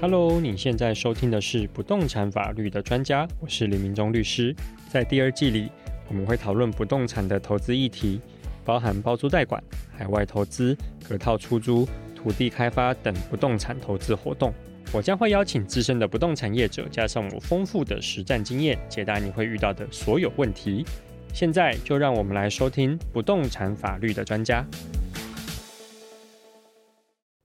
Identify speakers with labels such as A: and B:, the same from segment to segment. A: Hello，你现在收听的是不动产法律的专家，我是李明忠律师。在第二季里，我们会讨论不动产的投资议题，包含包租代管、海外投资、隔套出租、土地开发等不动产投资活动。我将会邀请资深的不动产业者，加上我丰富的实战经验，解答你会遇到的所有问题。现在就让我们来收听不动产法律的专家。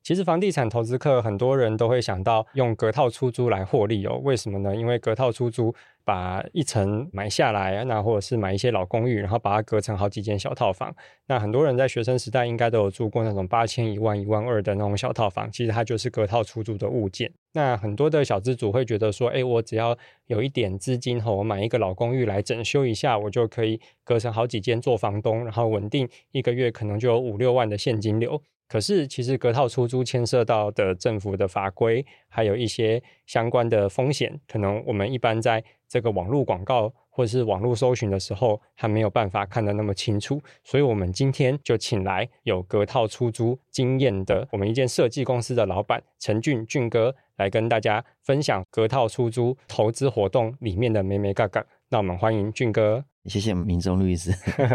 A: 其实房地产投资客很多人都会想到用隔套出租来获利哦，为什么呢？因为隔套出租把一层买下来，那或者是买一些老公寓，然后把它隔成好几间小套房。那很多人在学生时代应该都有住过那种八千、一万、一万二的那种小套房，其实它就是隔套出租的物件。那很多的小资主会觉得说，哎，我只要有一点资金吼，我买一个老公寓来整修一下，我就可以隔成好几间做房东，然后稳定一个月可能就有五六万的现金流。可是，其实隔套出租牵涉到的政府的法规，还有一些相关的风险，可能我们一般在这个网络广告或者是网络搜寻的时候，还没有办法看得那么清楚。所以，我们今天就请来有隔套出租经验的我们一间设计公司的老板陈俊俊哥，来跟大家分享隔套出租投资活动里面的美美嘎嘎。那我们欢迎俊哥。
B: 谢谢民众律师。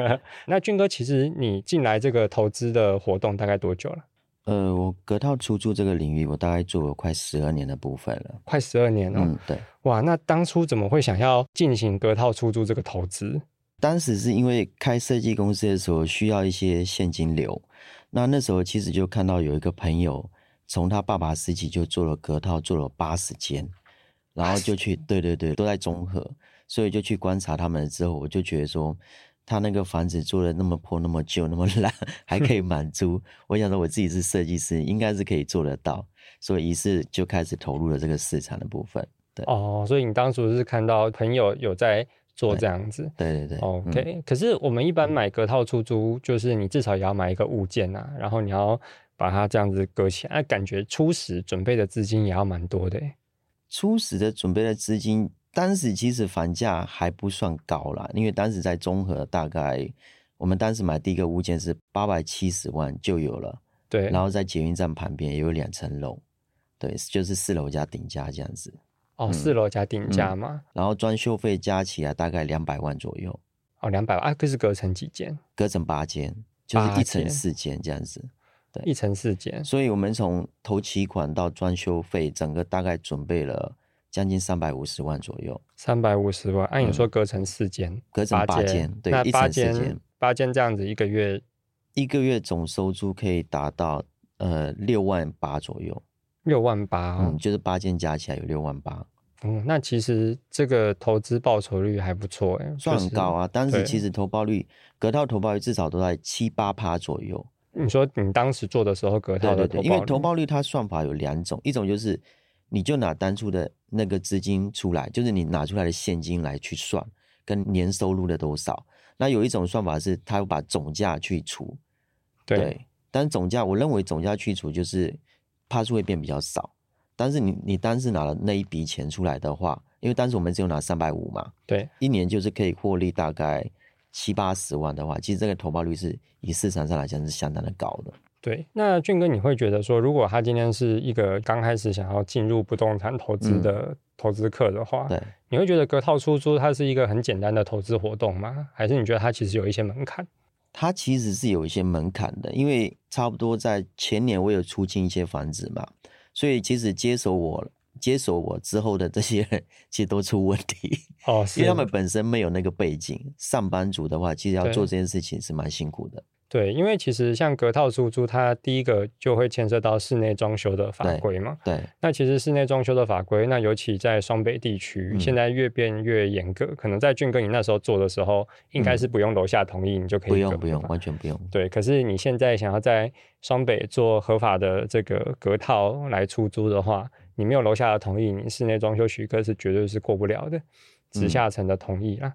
A: 那俊哥，其实你进来这个投资的活动大概多久了？
B: 呃，我隔套出租这个领域，我大概做了快十二年的部分了。
A: 快十二年了、
B: 嗯，对。
A: 哇，那当初怎么会想要进行隔套出租这个投资？
B: 当时是因为开设计公司的时候需要一些现金流，那那时候其实就看到有一个朋友从他爸爸时期就做了隔套，做了八十间，然后就去，对对对，都在中和。所以就去观察他们之后，我就觉得说，他那个房子做的那么破、那么旧、那么烂， 还可以满足。我想着我自己是设计师，应该是可以做得到，所以于是就开始投入了这个市场的部分。对，
A: 哦，所以你当初是看到朋友有在做这样子。
B: 对对对。嗯
A: OK，、可哦是我们一般买隔套出租，就是你至少也要买一个物件啊，然后你要把它这样子隔起来，那感觉初始准备的资金也要蛮多的欸、
B: 初始的准备的资金，当时其实房价还不算高啦，因为当时在中和大概，我们当时买第一个物件是八百七十万就有了，
A: 对，
B: 然后在捷运站旁边也有两层楼，对，就是四楼加顶加这样子，
A: 哦，四楼加定价嘛，
B: 然后装修费加起来大概两百万左右，
A: 哦，两百万啊，可是隔成几间？
B: 隔成八间，就是
A: 八
B: 一
A: 间
B: 层四间这样子。对
A: 一层四间，
B: 所以我们从投期款到装修费，整个大概准备了将近三百五十万左右。
A: 三百五十万。按你说嗯隔成四间，
B: 隔成八间对
A: 那
B: 一
A: 八
B: 层四
A: 间
B: 间，
A: 八间这样子一个月
B: 一个月总收租可以达到呃六万八左右，
A: 六万八、哦
B: 嗯，就是八件加起来有六万八，
A: 嗯，那其实这个投资报酬率还不错哎、
B: 算
A: 就
B: 很
A: 是
B: 高啊。当时
A: 对
B: 其实投报率，隔套投报率至少都在七八趴左右。
A: 你说你当时做的时候，隔套
B: 对
A: 的
B: 对
A: 投
B: 对，
A: 报
B: 因为投
A: 率
B: 报率它算法有两种，一种就是你就拿当初的那个资金出来，就是你拿出来的现金来去算，跟年收入的多少。那有一种算法是它会把总价去除，
A: 对
B: 但总价我认为总价去除就是趴数会变比较少。但是你你单是拿了那一笔钱出来的话，因为当时我们只有拿三百五嘛，
A: 对
B: 一年就是可以获利大概七八十万的话，其实这个投报率是以市场上来讲是相当的高的。
A: 对。那俊哥，你会觉得说，如果他今天是一个刚开始想要进入不动产投资
B: 嗯
A: 的投资客的话，
B: 对，
A: 你会觉得隔套出租它是一个很简单的投资活动吗？还是你觉得它其实有一些门槛？
B: 它其实是有一些门槛的，因为差不多在前年我有出清一些房子嘛，所以其实接手我接手我之后的这些人，其实都出问题，
A: 哦，是
B: 因为他们本身没有那个背景。上班族的话，其实要
A: 对
B: 做这件事情是蛮辛苦的。
A: 对，因为其实像隔套出租，它第一个就会牵涉到室内装修的法
B: 对
A: 规嘛。
B: 对
A: 那其实室内装修的法规，那尤其在双北地区，
B: 嗯
A: 现在越变越严格。可能在俊哥你那时候做的时候，应该是不用楼下同意，你就可以隔
B: 嗯不用不用，
A: 吧
B: 完全不用。
A: 对，可是你现在想要在双北做合法的这个隔套来出租的话，你没有楼下的同意，你室内装修许可是绝对是过不了的，直
B: 嗯
A: 下层的同意啦。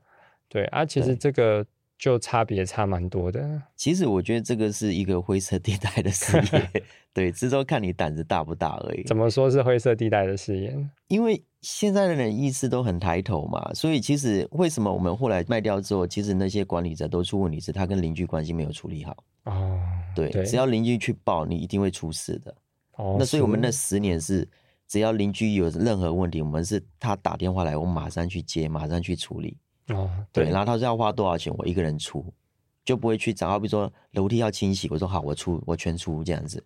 A: 对啊，其实
B: 对
A: 这个就差别差蛮多的。
B: 其实我觉得这个是一个灰色地带的事业， 对，只是说看你胆子大不大而已。
A: 怎么说是灰色地带的誓言？
B: 因为现在的人意识都很抬头嘛，所以其实为什么我们后来卖掉之后，其实那些管理者都出问题是他跟邻居关系没有处理好。
A: 哦，
B: 对，只要邻居去报，你一定会出事的。
A: 哦
B: 那所以我们那
A: 是
B: 十年是只要邻居有任何问题，我们是他打电话来，我马上去接，马上去处理。
A: 哦，
B: 对，然后他说要花多少钱，我一个人出，就不会去找。好比说楼梯要清洗，我说好，我出，我全出这样子，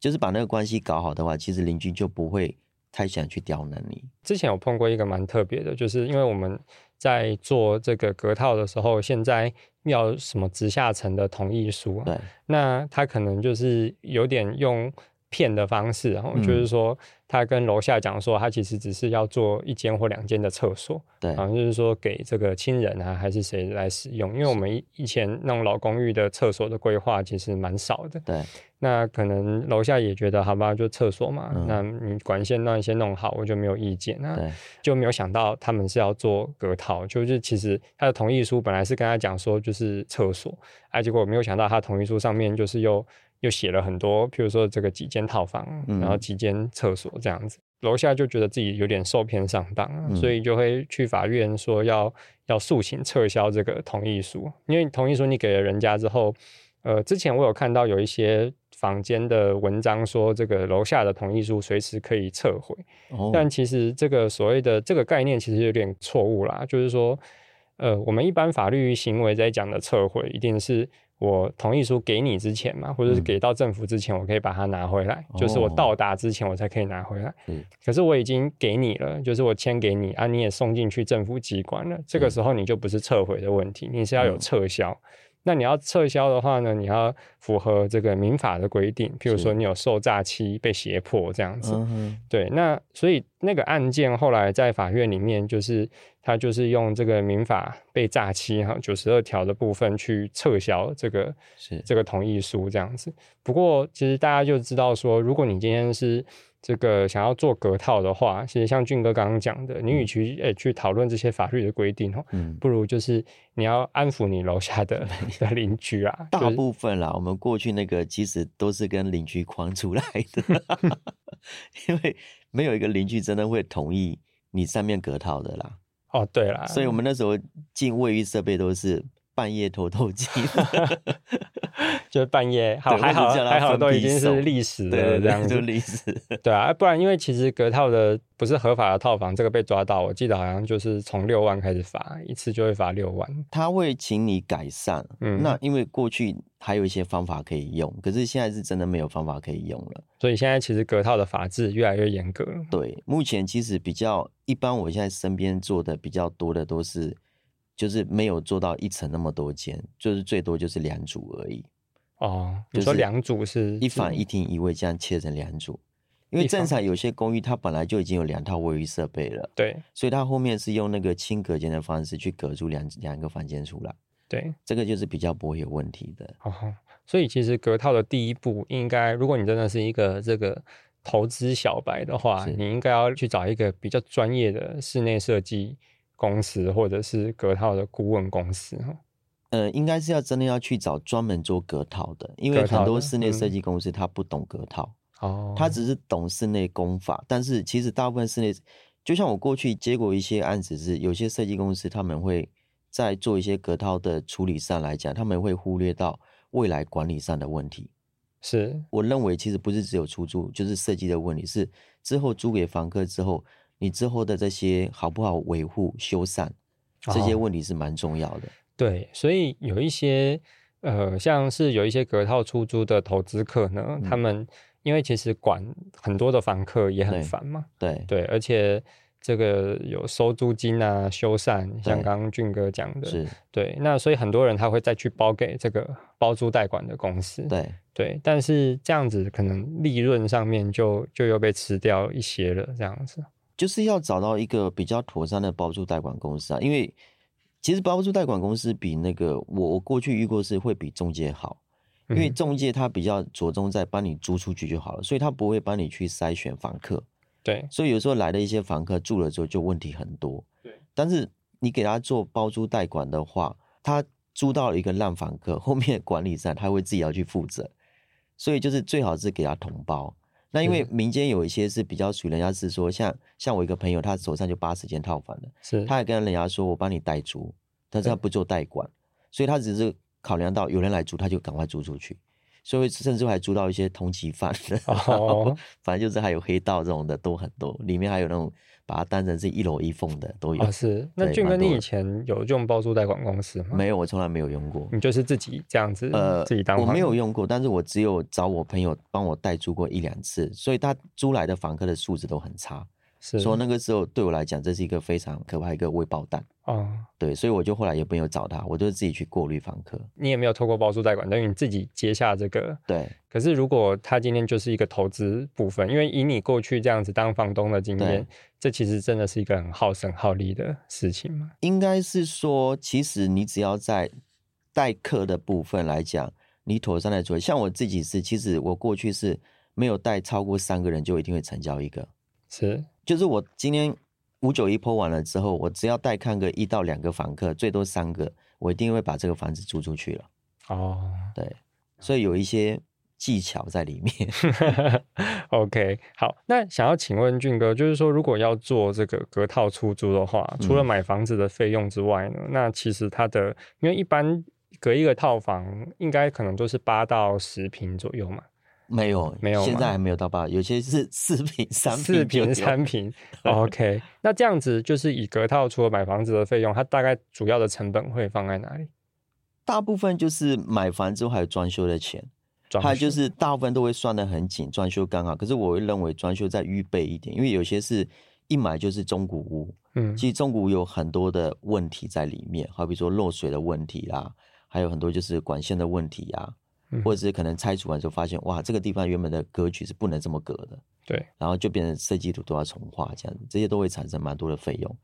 B: 就是把那个关系搞好的话，其实邻居就不会太想去刁难你。
A: 之前有碰过一个蛮特别的，就是因为我们在做这个隔套的时候，现在要什么直下层的同意书、啊，
B: 对，
A: 那他可能就是有点用骗的方式，然后
B: 嗯
A: 就是说他跟楼下讲说，他其实只是要做一间或两间的厕所，
B: 对，
A: 好像就是说给这个亲人啊还是谁来使用，因为我们以以前那种老公寓的厕所的规划其实蛮少的，
B: 对，
A: 那可能楼下也觉得好吧，就厕所嘛，
B: 嗯
A: 那你管线那些弄好，我就没有意见。啊那
B: 对，
A: 就没有想到他们是要做隔套，就是其实他的同意书本来是跟他讲说就是厕所，啊，结果没有想到他同意书上面就是又又写了很多，譬如说这个几间套房，
B: 嗯
A: 然后几间厕所这样子，楼下就觉得自己有点受骗上当啊，
B: 嗯
A: 所以就会去法院说要要诉请撤销这个同意书，因为同意书你给了人家之后，呃，之前我有看到有一些。坊间的文章说，这个楼下的同意书随时可以撤回，
B: 哦，
A: 但其实这个所谓的这个概念其实有点错误啦，就是说，呃，我们一般法律行为在讲的撤回，一定是我同意书给你之前嘛，或者是
B: 嗯
A: 给到政府之前，我可以把它拿回来，就是我
B: 哦
A: 到达之前我才可以拿回来。
B: 是
A: 可是我已经给你了，就是我签给你啊，你也送进去政府机关了，这个
B: 嗯
A: 时候你就不是撤回的问题，你是要有
B: 嗯
A: 撤销。那你要撤销的话呢，你要符合这个民法的规定，譬如
B: 是
A: 说你有受诈欺、被胁迫这样子。
B: 嗯哼，
A: 对，那所以那个案件后来在法院里面，就是他就是用这个民法被诈欺哈九十二条的部分去撤销这个
B: 是
A: 这个同意书这样子。不过其实大家就知道说，如果你今天是这个想要做隔套的话，其实像俊哥刚刚讲的，你与其诶、去讨论这些法律的规定哦，
B: 嗯，
A: 不如就是你要安抚你楼下的的邻居啊，就
B: 大
A: 是
B: 部分啦，我们过去那个其实都是跟邻居框出来 的， 因为没有一个邻居真的会同意你上面隔套的啦。
A: 哦对啦，
B: 所以我们那时候进卫浴设备都是半夜偷偷进，
A: 就是半夜好
B: 对
A: 还好
B: 或者叫他
A: 还好都已
B: 分批
A: 经
B: 送
A: 是历史
B: 对
A: 了这
B: 对
A: 样
B: 对，
A: 子
B: 就。历史，
A: 对啊，不然因为其实隔套的不是合法的套房，这个被抓到，我记得好像就是从六万开始罚，一次就会罚六万。
B: 他会请你改善。
A: 嗯
B: 那因为过去还有一些方法可以用，可是现在是真的没有方法可以用了。
A: 所以现在其实隔套的法制越来越严格了。
B: 对，目前其实比较一般，我现在身边做的比较多的都是，就是没有做到一层那么多间，就是最多就是两组而已，
A: 哦，
B: 就
A: 你
B: 是
A: 说两组嗯是
B: 一房一厅一卫这样切成两组。因
A: 一
B: 为
A: 房
B: 正常有些公寓它本来就已经有两套卫浴设备了，
A: 对
B: 所以它后面是用那个轻隔间的方式去隔出两两个房间出来，
A: 对
B: 这个就是比较不会有问题的。
A: 哦，所以其实隔套的第一步应该，如果你真的是一个这个投资小白的话，
B: 是
A: 你应该要去找一个比较专业的室内设计公司或者是隔套的顾问公司哦。
B: 呃，应该是要真的要去找专门做隔套的，因为
A: 隔套
B: 很多
A: 的
B: 室内设
A: 嗯
B: 计公司它不懂隔套，
A: 哦，
B: 他只是懂室内工法，但是其实大部分室内，就像我过去接过一些案子是，有些设计公司他们会在做一些隔套的处理上来讲，他们会忽略到未来管理上的问题。
A: 是
B: 我认为其实不是只有出租，就是设计的问题，是之后租给房客之后，你之后的这些好不好维护、修缮这些
A: 哦
B: 问题是蛮重要的。
A: 对，所以有一些呃，像是有一些隔套出租的投资客呢，他
B: 嗯
A: 们因为其实管很多的房客也很
B: 对
A: 烦嘛，
B: 对
A: 对，而且这个有收租金啊、修缮，像
B: 对
A: 刚刚俊哥讲的，
B: 是，
A: 对，那所以很多人他会再去包给这个包租代管的公司，
B: 对
A: 对，但是这样子可能利润上面就就又被吃掉一些了，这样子，
B: 就是要找到一个比较妥善的包租代管公司啊，因为其实包租代管公司比那个我我过去遇过是会比中介好，因为
A: 嗯
B: 中介他比较着重在帮你租出去就好了，所以他不会帮你去筛选房客，
A: 对
B: 所以有时候来的一些房客住了之后就问题很多。
A: 对，
B: 但是你给他做包租代管的话，他租到了一个烂房客，后面管理上他会自己要去负责，所以就是最好是给他同包。那因为
A: 是
B: 民间有一些是比较属于人家是说，像像我一个朋友，他手上就八十间套房的，
A: 是，
B: 他还跟人家说我帮你代租，但是他
A: 对
B: 不做代管，所以他只是考量到有人来租，他就赶快租出去。所以甚至还租到一些通缉犯的，
A: 哦
B: 反正就是还有黑道这种的都很多，里面还有那种把它当成是一楼一缝的都有。
A: 啊，是。那
B: 对
A: 俊哥，
B: 蛮多
A: 你以
B: 的
A: 前有用包租代管公司吗？
B: 没有，我从来没有用过。
A: 你就是自己这样子，
B: 呃，
A: 嗯自己当
B: 我
A: 房
B: 没有用过，但是我只有找我朋友帮我代租过一两次，所以他租来的房客的素质都很差。
A: 是
B: 所以那个时候对我来讲，这是一个非常可怕一个未爆弹。
A: 哦，
B: 对，所以我就后来也没有找他，我就自己去过滤房客。
A: 你也没有透过包租代管，等于你自己接下这个。
B: 对
A: 可是如果他今天就是一个投资部分，因为以你过去这样子当房东的经验
B: 对，
A: 这其实真的是一个很耗神耗力的事情嘛。
B: 应该是说，其实你只要在代课的部分来讲，你妥善的处理。像我自己是，其实我过去是没有带超过三个人，就一定会成交一个。
A: 是
B: 就是我今天五九一剖完了之后，我只要带看个一到两个房客，最多三个，我一定会把这个房子租出去了。
A: 哦
B: 对，所以有一些技巧在里面。
A: ，OK，好，那想要请问俊哥，就是说如果要做这个隔套出租的话，除了
B: 嗯
A: 买房子的费用之外呢，那其实它的因为一般隔一个套房应该可能都是八到十平左右嘛，
B: 没有，
A: 没有
B: 现
A: 吗
B: 在还没有到八，有些是四平三平，
A: 四平三。 平，OK。那这样子就是以隔套除了买房子的费用，它大概主要的成本会放在哪里？
B: 大部分就是买房之后还有装修的钱，
A: 装
B: 还有
A: 修
B: 就是大部分都会算得很紧，装修刚好。可是我会认为装修再预备一点，因为有些是一买就是中古屋，
A: 嗯
B: 其实中古屋有很多的问题在里面，好比说漏水的问题啦，还有很多就是管线的问题啊，
A: 嗯
B: 或者是可能拆除完之后发现，哇，这个地方原本的格局是不能这么隔的，
A: 对，
B: 然后就变成设计图都要重画这样子，这些都会产生蛮多的费用。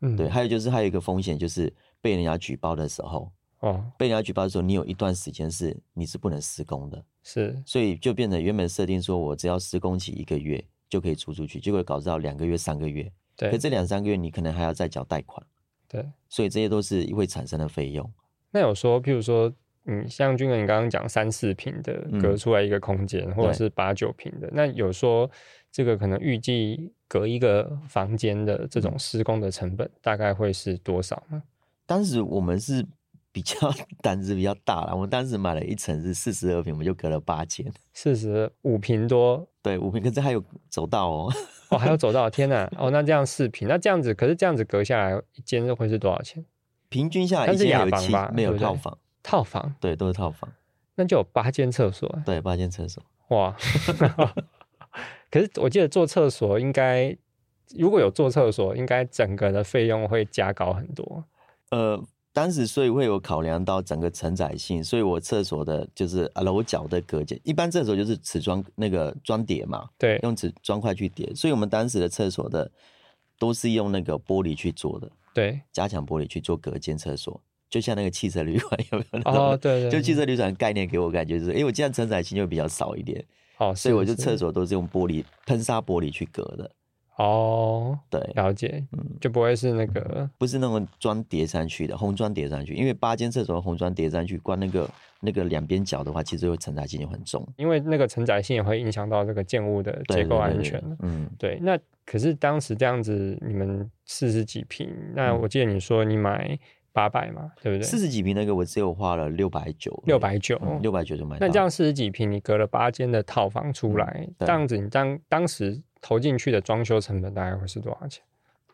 A: 嗯
B: 对，还有就是还有一个风险就是被人家举报的时候，
A: 哦
B: 被人家举报的时候，你有一段时间是你是不能施工的，
A: 是
B: 所以就变成原本设定说我只要施工期一个月就可以租出去，结果搞到两个月、三个月，
A: 对
B: 可这两三个月你可能还要再缴贷款，
A: 对。
B: 所以这些都是会产生的费用。
A: 那有说，譬如说，嗯，像俊哥你刚刚讲三四平的
B: 嗯
A: 隔出来一个空间，或者
B: 对
A: 是八九平的，那有说这个可能预计隔一个房间的这
B: 嗯
A: 种施工的成本大概会是多少吗？
B: 当时我们是比较 胆子比较大了，我们当时买了一层是四十二平，我们就隔了八间，
A: 四十五平多
B: 对，五平，可是还有走道哦。
A: 哦，还要走到天呐！哦，那这样四平，那这样子，可是这样子隔下来一间会是多少钱？
B: 平均下来
A: 但
B: 一
A: 是
B: 间
A: 雅
B: 有
A: 房
B: 七
A: 吧，
B: 没有
A: 对不对
B: 套房，
A: 套房，
B: 对，都是套房，
A: 那就有八间厕所欸，
B: 对，八间厕所。
A: 哇！ 可是我记得做厕所应该，如果有做厕所，应该整个的费用会加高很多。
B: 呃，当时所以会有考量到整个承载性，所以我厕所的就是啊楼角的隔间，一般厕所就是瓷砖那个砖叠嘛，
A: 对，
B: 用瓷砖块去叠，所以我们当时的厕所的都是用那个玻璃去做的，
A: 对，
B: 加强玻璃去做隔间厕所，就像那个汽车旅馆 有没有那种？
A: 哦，对对，
B: 就汽
A: 实
B: 车旅馆的概念给我感觉就是，哎，我这样承载性就比较少一点，
A: 哦，
B: 所以我就是厕所都是用玻璃喷砂玻璃去隔的，
A: 哦，
B: 对，
A: 了解，
B: 嗯。
A: 就不会是那个
B: 不是那种砖叠上去的，红砖叠上去，因为八间厕所的红砖叠上去，光那个那个两边角的话，其实会承载性就很重。
A: 因为那个承载性也会影响到这个建物的
B: 对
A: 结构
B: 对对
A: 安
B: 对
A: 全。
B: 嗯，
A: 对，那可是当时这样子，你们四十几平，那
B: 嗯
A: 我记得你说你买八百嘛，对不对？
B: 四十几平那个我只有花了六百九，嗯
A: 六百九，
B: 六百九就买到。嗯
A: 那这样四十几平，你隔了八间的套房出来，这
B: 对
A: 样子你当当时投进去的装修成本大概会是多少钱？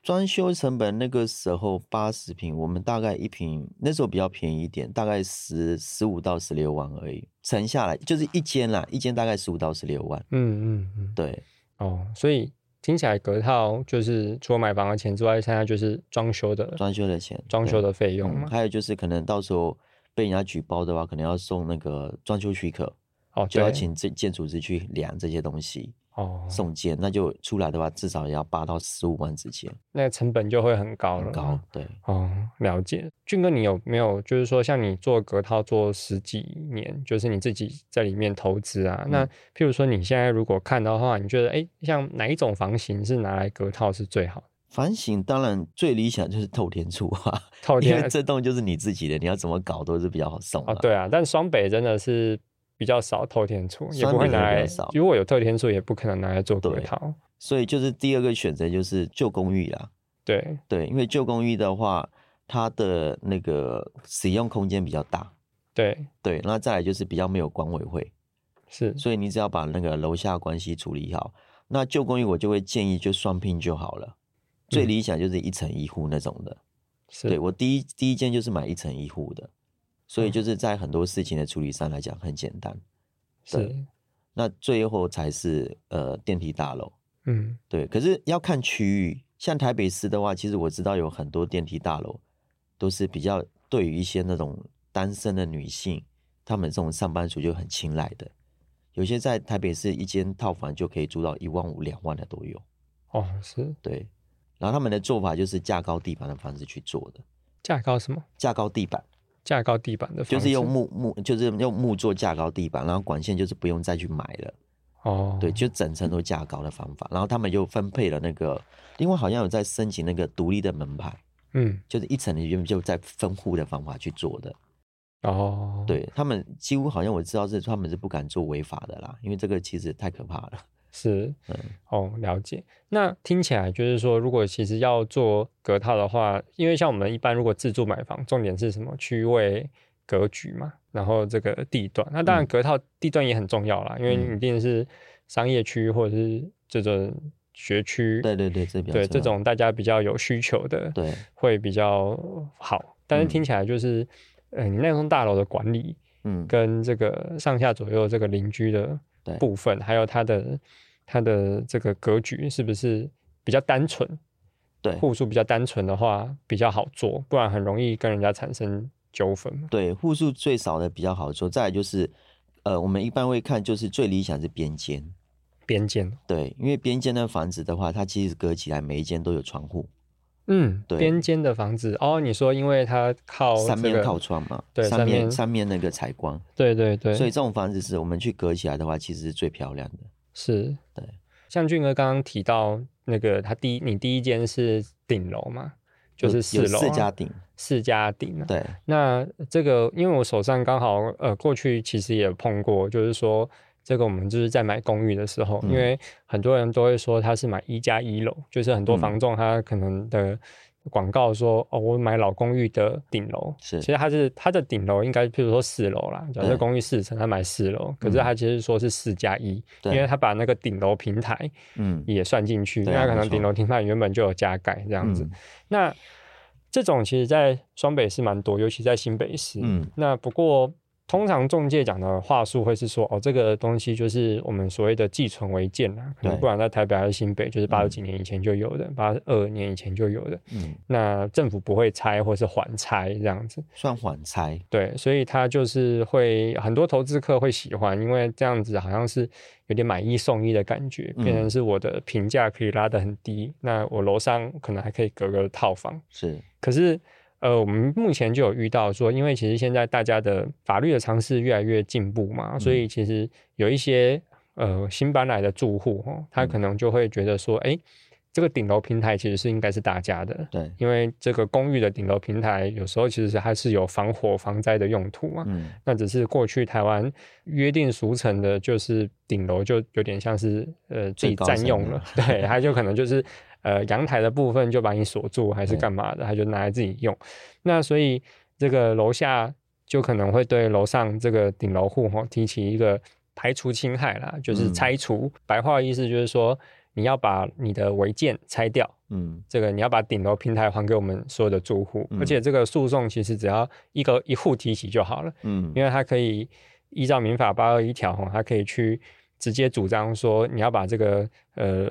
B: 装修成本那个时候八十平，我们大概一平那时候比较便宜一点，大概十十五到十六万而已，乘下来就是一间啦，一间大概十五到十六万。
A: 嗯嗯嗯，
B: 对，
A: 哦，所以听起来隔套就是除了买房的钱之外，现在就是装修的
B: 装修的钱，
A: 装修
B: 对
A: 的费用
B: 嗯
A: 嘛。
B: 还有就是可能到时候被人家举报的话，可能要送那个装修许可。
A: 哦，
B: 就要
A: 对
B: 请建建筑师去量这些东西
A: 哦，
B: 送件，那就出来的话至少也要八到十五万之间，
A: 那成本就会很高了
B: 很
A: 嘛。
B: 高。对，
A: 哦，了解。俊哥，你有没有就是说，像你做隔套做十几年，就是你自己在里面投资啊？那
B: 嗯
A: 譬如说，你现在如果看的话，你觉得哎，诶像哪一种房型是拿来隔套是最好的？
B: 反省当然最理想就是透天厝 啊，
A: 套
B: 因
A: 天
B: 为这栋就是你自己的，你要怎么搞都是比较好送
A: 啊，
B: 啊。
A: 对啊，但双北真的是比较少透天厝，也
B: 双
A: 不会
B: 北
A: 拿
B: 真的比
A: 来
B: 较少。
A: 如果有透天厝，也不可能拿来做隔
B: 对
A: 套。
B: 所以就是第二个选择就是旧公寓啦，
A: 对，
B: 对，因为旧公寓的话，它的那个使用空间比较大，
A: 对，
B: 对，那再来就是比较没有管委会，
A: 是
B: 所以你只要把那个楼下关系处理好。那旧公寓我就会建议就双拼就好了，最
A: 嗯
B: 理想就是一层一户那种的。
A: 是，
B: 对我第一第一间就是买一层一户的，所以
A: 嗯
B: 就是在很多事情的处理上来讲很简单。
A: 是，
B: 那最后才是呃电梯大楼，
A: 嗯，
B: 对，可是要看区域，像台北市的话，其实我知道有很多电梯大楼都是比较对于一些那种单身的女性，她们这种上班族就很青睐的。有些在台北市一间套房就可以租到一万五、两万的都有，
A: 哦，是
B: 对。然后他们的做法就是架高地板的方式去做的，
A: 架高什么？
B: 架高地板
A: 架高地板的房子，
B: 就是用木木，就是用木做架高地板，然后管线就是不用再去买了。
A: 哦，
B: 对，就整层都架高的方法。然后他们又分配了那个，另外好像有在申请那个独立的门牌，
A: 嗯，
B: 就是一层里面就在分户的方法去做的。
A: 哦，，
B: 对他们几乎好像我知道是他们是不敢做违法的啦，因为这个其实太可怕了。
A: 是
B: 嗯，
A: 哦，了解。那听起来就是说，如果其实要做隔套的话，因为像我们一般如果自住买房，重点是什么区位、格局嘛，然后这个地段。那当然
B: 嗯
A: 隔套地段也很重要啦，因为
B: 嗯
A: 你一定是商业区或者是这种学区，
B: 对对对，这比较
A: 对
B: 重
A: 这
B: 要
A: 种大家比较有需求的，
B: 对
A: 会比较好。但是
B: 嗯
A: 听起来就是，呃，你那栋大楼的管理
B: 嗯
A: 跟这个上下左右这个邻居的
B: 对
A: 部分，还有它的它的这个格局是不是比较单纯，
B: 对
A: 户数比较单纯的话比较好做，不然很容易跟人家产生纠纷嘛。
B: 对，户数最少的比较好做。再来就是，呃，我们一般会看就是最理想是边间，
A: 边间，
B: 对，因为边间的房子的话，它其实隔起来每一间都有窗户，
A: 嗯，
B: 对
A: 边间的房子哦，你说因为它靠哦
B: 三
A: 这
B: 面
A: 个
B: 靠窗嘛，
A: 对
B: 三
A: 三
B: 面
A: 面
B: 三面那个采光。
A: 对对对，
B: 所以这种房子是我们去隔起来的话，其实是最漂亮的。
A: 是，
B: 对。
A: 像俊哥刚刚提到那个，他第一你第一间是顶楼嘛，就
B: 有
A: 是
B: 有
A: 四楼啊、
B: 四家顶，
A: 四家顶啊。
B: 对
A: 那这个，因为我手上刚好呃，过去其实也碰过，就是说这个我们就是在买公寓的时候，
B: 嗯
A: 因为很多人都会说他是买一加一楼，就是很多
B: 嗯
A: 房仲他可能的广告说、哦，我买老公寓的顶楼，
B: 是
A: 其实他是他的顶楼应该，譬如说四楼啦，假
B: 对
A: 设公寓四层，他买四楼，可是
B: 嗯
A: 他其实说是四加一，因
B: 对
A: 为他把那个顶楼平台
B: 嗯
A: 也算进去，
B: 对
A: 那
B: 啊
A: 可
B: 没
A: 能顶
B: 错
A: 楼平台原本就有加盖这样子。
B: 嗯
A: 那这种其实，在双北市蛮多，尤其在新北市。
B: 嗯
A: 那不过，通常中介讲的话术会是说，哦，这个东西就是我们所谓的寄存为建啊，可能
B: 对
A: 不然在台北还是新北，就是八十
B: 嗯
A: 几年以前就有的，八十二年以前就有的。
B: 嗯，
A: 那政府不会拆或是缓拆这样子，
B: 算缓拆，
A: 对，所以他就是会很多投资客会喜欢，因为这样子好像是有点买一送一的感觉，
B: 嗯
A: 变成是我的评价可以拉得很低，那我楼上可能还可以隔个套房，
B: 是
A: 可是，呃，我们目前就有遇到说，因为其实现在大家的法律的尝试越来越进步嘛，所以其实有一些呃新搬来的住户哦，他可能就会觉得说，哎、这个顶楼平台其实是应该是大家的。
B: 对，
A: 因为这个公寓的顶楼平台有时候其实还是有防火防灾的用途嘛，
B: 嗯
A: 那只是过去台湾约定俗成的，就是顶楼就有点像是呃自
B: 最
A: 己
B: 高
A: 占
B: 层
A: 用
B: 的
A: 了， 对，它就可能就是呃阳台的部分就把你锁住，还是
B: 对
A: 干嘛的，它就拿来自己用。那所以这个楼下就可能会对楼上这个顶楼户吼提起一个排除侵害啦，就是
B: 嗯
A: 拆除。白话意思就是说，你要把你的违建拆掉，
B: 嗯
A: 这个你要把顶楼平台还给我们所有的住户，
B: 嗯
A: 而且这个诉讼其实只要一个一户提起就好了。
B: 嗯
A: 因为他可以依照民法八二一条，哦他可以去直接主张说，你要把这个呃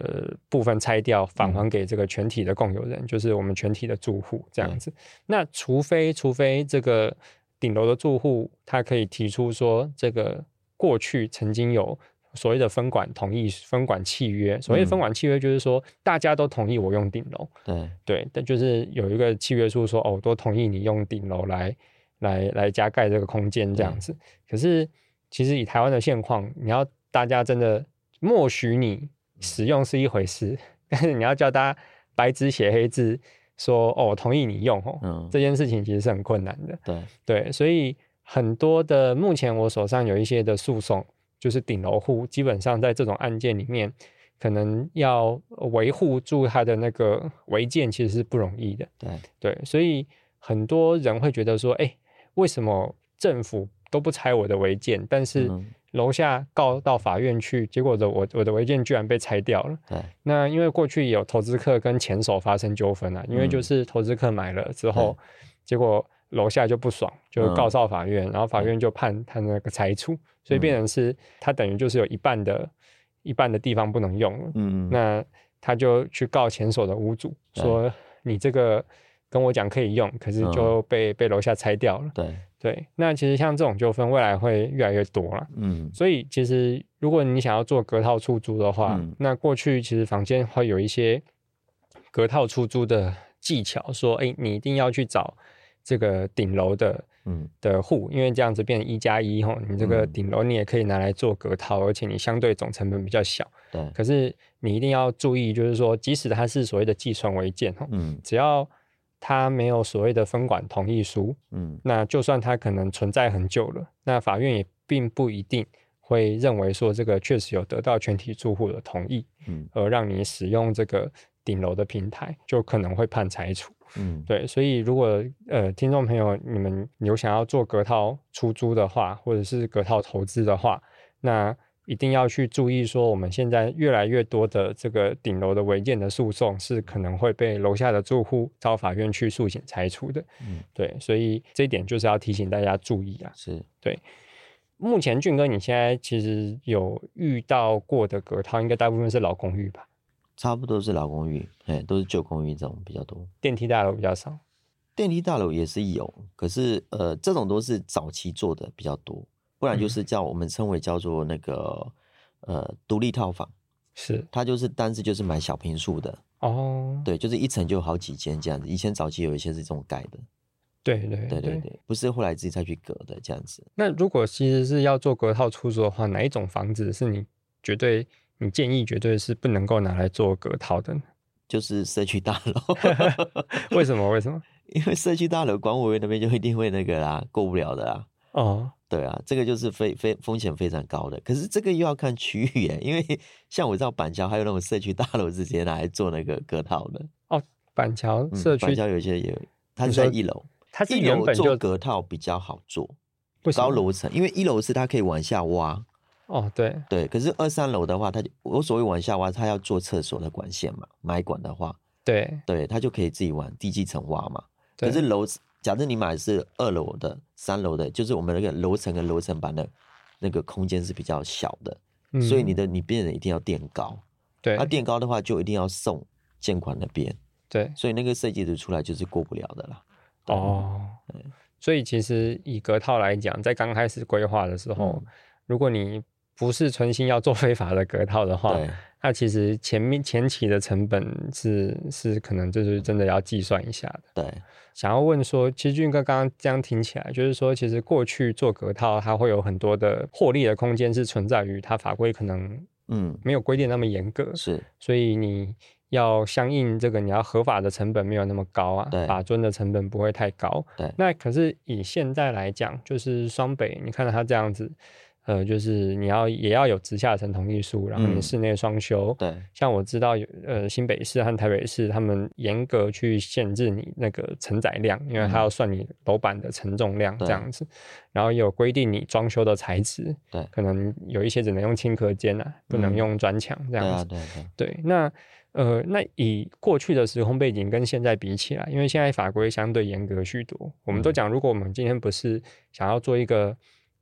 A: 部分拆掉，返
B: 嗯
A: 还给这个全体的共有人，就是我们全体的住户这样
B: 对
A: 子。那除非除非这个顶楼的住户，他可以提出说，这个过去曾经有。所谓的分管同意、分管契约，所谓的分
B: 嗯
A: 管契约就是说，大家都同意我用顶楼，
B: 对，
A: 对，但就是有一个契约书说，哦，我都同意你用顶楼来来来加盖这个空间这样
B: 对
A: 子。可是其实以台湾的现况，你要大家真的默许你使用是一回事，但是你要叫大家白纸写黑字说，哦，我同意你用哦，
B: 嗯
A: 这件事情其实是很困难的。
B: 对，
A: 对，所以很多的目前我手上有一些的诉讼，就是顶楼户，基本上在这种案件里面，可能要呃维护住它的那个违建，其实是不容易的。
B: 对，
A: 对，所以很多人会觉得说，哎，为什么政府都不拆我的违建，但是
B: 嗯
A: 楼下告到法院去，结果的我我的违建居然被拆掉了。
B: 对
A: 那因为过去有投资客跟前手发生纠纷啊，因为就
B: 嗯
A: 是投资客买了之后，结果楼下就不爽，就
B: 嗯
A: 告上法院，然后法院就判他那个拆除，所以
B: 嗯
A: 变成是他等于就是有一半的一半的地方不能用了。
B: 嗯，
A: 那他就去告前手的屋主
B: 对嗯
A: 说：“你这个跟我讲可以用，可是就被、被楼下拆掉了。
B: 对，”
A: 对，那其实像这种纠纷未来会越来越多了。
B: 嗯
A: 所以其实如果你想要做隔套出租的话，
B: 嗯
A: 那过去其实房间会有一些隔套出租的技巧，说，哎，你一定要去找这个顶楼的
B: 嗯
A: 的户，因为这样子变成一加一吼，你这个
B: 嗯
A: 顶楼你也可以拿来做隔套，而且你相对总成本比较小。
B: 对，
A: 可是你一定要注意，就是说，即使它是所谓的寄存违建吼，
B: 嗯
A: 只要它没有所谓的分管同意书，
B: 嗯
A: 那就算它可能存在很久了，那法院也并不一定会认为说这个确实有得到全体住户的同意，
B: 嗯
A: 而让你使用这个顶楼的平台，就可能会判拆除。
B: 嗯，
A: 对，所以如果呃听众朋友你们有想要做隔套出租的话，或者是隔套投资的话，那一定要去注意说，我们现在越来越多的这个顶楼的违建的诉讼是可能会被楼下的住户到法院去诉请拆除的。
B: 嗯
A: 对，所以这一点就是要提醒大家注意啊。
B: 是，
A: 目前俊哥，你现在其实有遇到过的隔套，应该大部分是老公寓吧？
B: 差不多是老公寓，哎，都是旧公寓这种比较多。
A: 电梯大楼比较少。
B: 电梯大楼也是有，可是呃，这种都是早期做的比较多，不然就是叫我们称为叫做那个呃独立套房，
A: 是
B: 它就是单是就是买小平数的，
A: 哦，
B: 对，就是一层就好几间这样子。以前早期有一些是这种改的，
A: 对对
B: 对对对，不是后来自己再去隔的这样子。
A: 那如果其实是要做隔套出租的话，哪一种房子是你绝对你建议绝对是不能够拿来做隔套的呢？
B: 就是社区大 楼，
A: 为什么？为什么？
B: 因为社区大楼管委会那边就一定会那个啦，过不了的啦。
A: 哦，
B: 对啊，这个就是非非风险非常高的，可是这个又要看区域耶，因为 像我知道板桥还有那种社区大楼直接拿来做那个隔套的，
A: 板桥
B: 嗯
A: 社
B: 板
A: 区，
B: 桥有一些也有，它
A: 你
B: 是在
A: 说
B: 一楼，
A: 它是
B: 一
A: 原
B: 楼
A: 本
B: 做
A: 就
B: 隔套比较好做，
A: 为什
B: 高
A: 么
B: 楼层，因为一楼是它可以往下挖，
A: 哦，对，
B: 对，可是二三楼的话，它就我所谓往下挖，它要做厕所的管线嘛，买管的话，
A: 对
B: 对，它就可以自己往低基层挖嘛。
A: 对，
B: 可是楼层，假设你买的是二楼的、三楼的，就是我们那个楼层跟楼层板的那个空间是比较小的，所以你
A: 嗯
B: 的你啊变得一定要垫高。
A: 对
B: 那垫高的话，就一定要送建款那边，
A: 对
B: 所以那个设计图出来就是过不了的啦。对，
A: 哦，所以其实以隔套来讲，在刚开始规划的时候，
B: 嗯
A: 如果你不是存心要做非法的隔套的话，
B: 对
A: 那其实前面前期的成本是是可能就是真的要计算一下的。
B: 对，
A: 想要问说，其实俊哥刚刚这样听起来，就是说，其实过去做隔套，它会有很多的获利的空间是存在于它法规可能
B: 嗯，
A: 没有规定那么严格，
B: 是，
A: 所以你要相应这个你要合法的成本没有那么高啊
B: 对，
A: 法尊的成本不会太高。
B: 对
A: 那可是以现在来讲，就是双北，你看到它这样子，呃，就是你要也要有直下层同意书，然后你
B: 嗯
A: 室内双修，
B: 对，
A: 像我知道有呃新北市和台北市，他们严格去限制你那个承载量，因为它要算你楼板的承重量
B: 嗯对
A: 这样子，然后也有规定你装修的材质，
B: 对
A: 可能有一些只能用青壳间啊，不能
B: 嗯
A: 用砖墙这
B: 对
A: 样
B: 啊，
A: 子。
B: 对对，
A: 对，那呃，那以过去的时空背景跟现在比起来，因为现在法规相对严格许多，我们都
B: 嗯
A: 讲，如果我们今天不是想要做一个